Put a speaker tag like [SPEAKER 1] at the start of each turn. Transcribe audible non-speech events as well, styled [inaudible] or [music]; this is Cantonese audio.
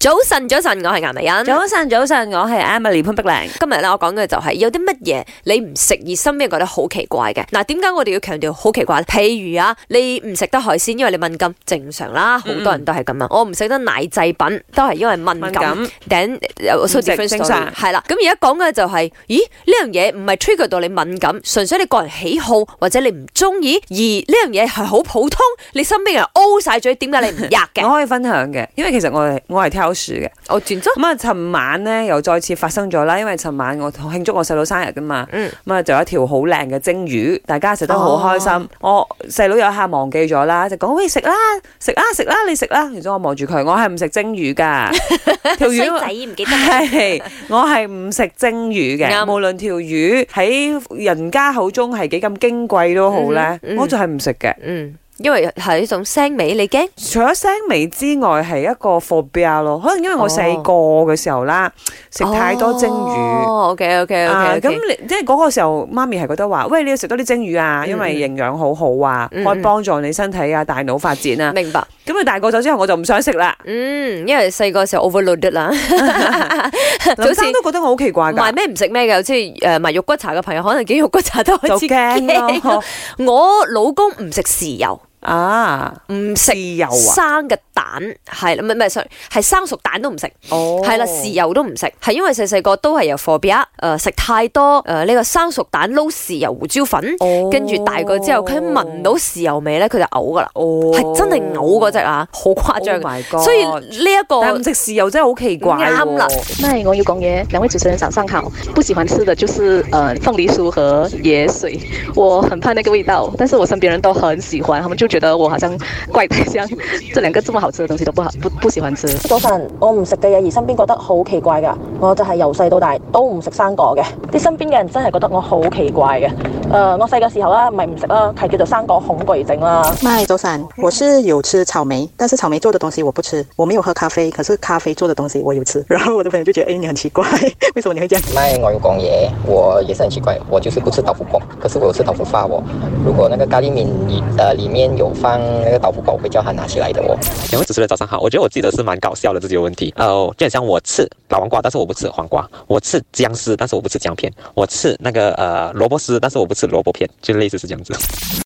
[SPEAKER 1] 早晨，早晨，我係顏美欣。
[SPEAKER 2] 早晨，早晨，我係 Emily 潘碧玲。
[SPEAKER 1] 今日咧，我講嘅就係有啲乜嘢你唔食而身邊人覺得好奇怪嘅。嗱，點解我哋要強調好奇怪？譬如啊，你唔食得海鮮，因為你敏感，正常啦，好多人都係咁啊。我唔食得奶製品，都係因為敏
[SPEAKER 2] 嗯敏
[SPEAKER 1] 感呃
[SPEAKER 2] 感。
[SPEAKER 1] 頂有 so
[SPEAKER 2] 唔食
[SPEAKER 1] different
[SPEAKER 2] 正
[SPEAKER 1] story
[SPEAKER 2] 常
[SPEAKER 1] 係啦。咁而家講嘅就係，咦呢樣嘢唔係 trigger 到你敏感，純粹你個人喜好或者你唔中意，而呢樣嘢係好普通，你身邊人 O 晒嘴，點解你唔吔
[SPEAKER 2] 我 [laughs]
[SPEAKER 1] 嘅？
[SPEAKER 2] 可以分享嘅，因為其實我係哦我係挑樹嘅。
[SPEAKER 1] 我轉 [laughs] 咗，
[SPEAKER 2] 咁啊，尋晚咧又再次發生咗啦，因為尋晚我慶祝我細佬生日噶嘛，
[SPEAKER 1] 嗯
[SPEAKER 2] 咁啊就有一條好靚嘅蒸魚，大家食得好開心。
[SPEAKER 1] 哦
[SPEAKER 2] 我細佬有一下忘記咗啦，就講喂食啦食啦食啦你食啦，然之後我望住佢，我係唔食蒸魚噶，
[SPEAKER 1] [laughs]
[SPEAKER 2] 條魚。
[SPEAKER 1] 唔記
[SPEAKER 2] 係，我係唔食蒸魚嘅，
[SPEAKER 1] 啱
[SPEAKER 2] 無論條魚喺人家口中係幾咁矜貴都好咧，
[SPEAKER 1] 嗯哼嗯
[SPEAKER 2] 我就係唔食嘅。
[SPEAKER 1] 嗯，因為係一種腥味，你驚？
[SPEAKER 2] 除咗腥味之外，係一個 phobia 咯。可能因為
[SPEAKER 1] 哦
[SPEAKER 2] 我細個嘅時候啦，食、太多蒸魚。
[SPEAKER 1] 哦，OK OK
[SPEAKER 2] 啊
[SPEAKER 1] OK，
[SPEAKER 2] 咁你即係嗰個時候，媽咪係覺得話：，喂，你要食多啲蒸魚啊，
[SPEAKER 1] 嗯
[SPEAKER 2] 因為營養好好啊，
[SPEAKER 1] 嗯
[SPEAKER 2] 可以幫助你身體啊、大腦發展啊。
[SPEAKER 1] 明白。
[SPEAKER 2] 咁佢大個咗之後，我就唔想
[SPEAKER 1] [laughs]
[SPEAKER 2] 食啦。
[SPEAKER 1] 嗯，因為細個時候 overloaded 啦，
[SPEAKER 2] 林生都覺得我好奇怪
[SPEAKER 1] 賣
[SPEAKER 2] 㗎，
[SPEAKER 1] 咩唔食咩嘅，即係誒賣肉骨茶嘅朋友，可能見肉骨茶都
[SPEAKER 2] 就
[SPEAKER 1] 開始
[SPEAKER 2] 驚
[SPEAKER 1] 驚。 [laughs]
[SPEAKER 2] 咯。
[SPEAKER 1] 我老公唔食豉油，
[SPEAKER 2] 啊，
[SPEAKER 1] 唔食
[SPEAKER 2] 豉油啊，
[SPEAKER 1] 生嘅蛋，係啦唔係唔係 sorry，係生熟蛋都唔食。
[SPEAKER 2] 哦，
[SPEAKER 1] 係啦，豉油都唔食，係因為細細個都係由 f o b i a 誒食太多誒呢個生熟蛋撈豉油胡椒粉，
[SPEAKER 2] 哦
[SPEAKER 1] 跟住大個之後佢一聞到豉油味咧，佢就嘔噶啦，
[SPEAKER 2] 哦，
[SPEAKER 1] 係真係嘔嗰隻啊，好誇張
[SPEAKER 2] Oh
[SPEAKER 1] 㗎。
[SPEAKER 2] my God
[SPEAKER 1] 所以呢一
[SPEAKER 2] 但係唔
[SPEAKER 1] 個
[SPEAKER 2] 食豉油真係好奇怪喎。
[SPEAKER 1] 啱啦
[SPEAKER 3] 麦，我有公爷，两位主持人早上好。不喜欢吃的就是呃凤梨酥和椰水，我很怕那个味道，但是我身边人都很喜欢，他们就觉得我好像怪胎这样，这两个这么好吃的东西都不好不不喜欢吃。
[SPEAKER 4] 早晨，我唔食嘅嘢，而身邊覺得好奇怪噶。我就係由細到大都唔食生果嘅，啲身邊嘅人真係覺得我好奇怪嘅。誒、呃我細個時候啦，咪唔食啦，係叫做生果恐懼症啦。
[SPEAKER 5] 麦周三，我是有吃草莓，但是草莓做的东西我不吃。我没有喝咖啡，可是咖啡做的东西我有吃。然后我的朋友就觉得，哎，你很奇怪， [laughs] 为什么你会这样？
[SPEAKER 6] 卖牛油公爷，我也是很奇怪，我就是不吃豆腐包，可是我有吃豆腐发哦。如果那个咖喱面里呃里面有放那个豆腐包，我会叫他拿起来的哦。
[SPEAKER 7] 两位主持人早上好，我觉得我自己的是蛮搞笑的自己的问题。呃，就很像我吃老黄瓜，但是我不吃黄瓜；我吃姜丝，但是我不吃姜片；我吃那个呃萝卜丝，但是我不吃萝卜片，就类似是这样子。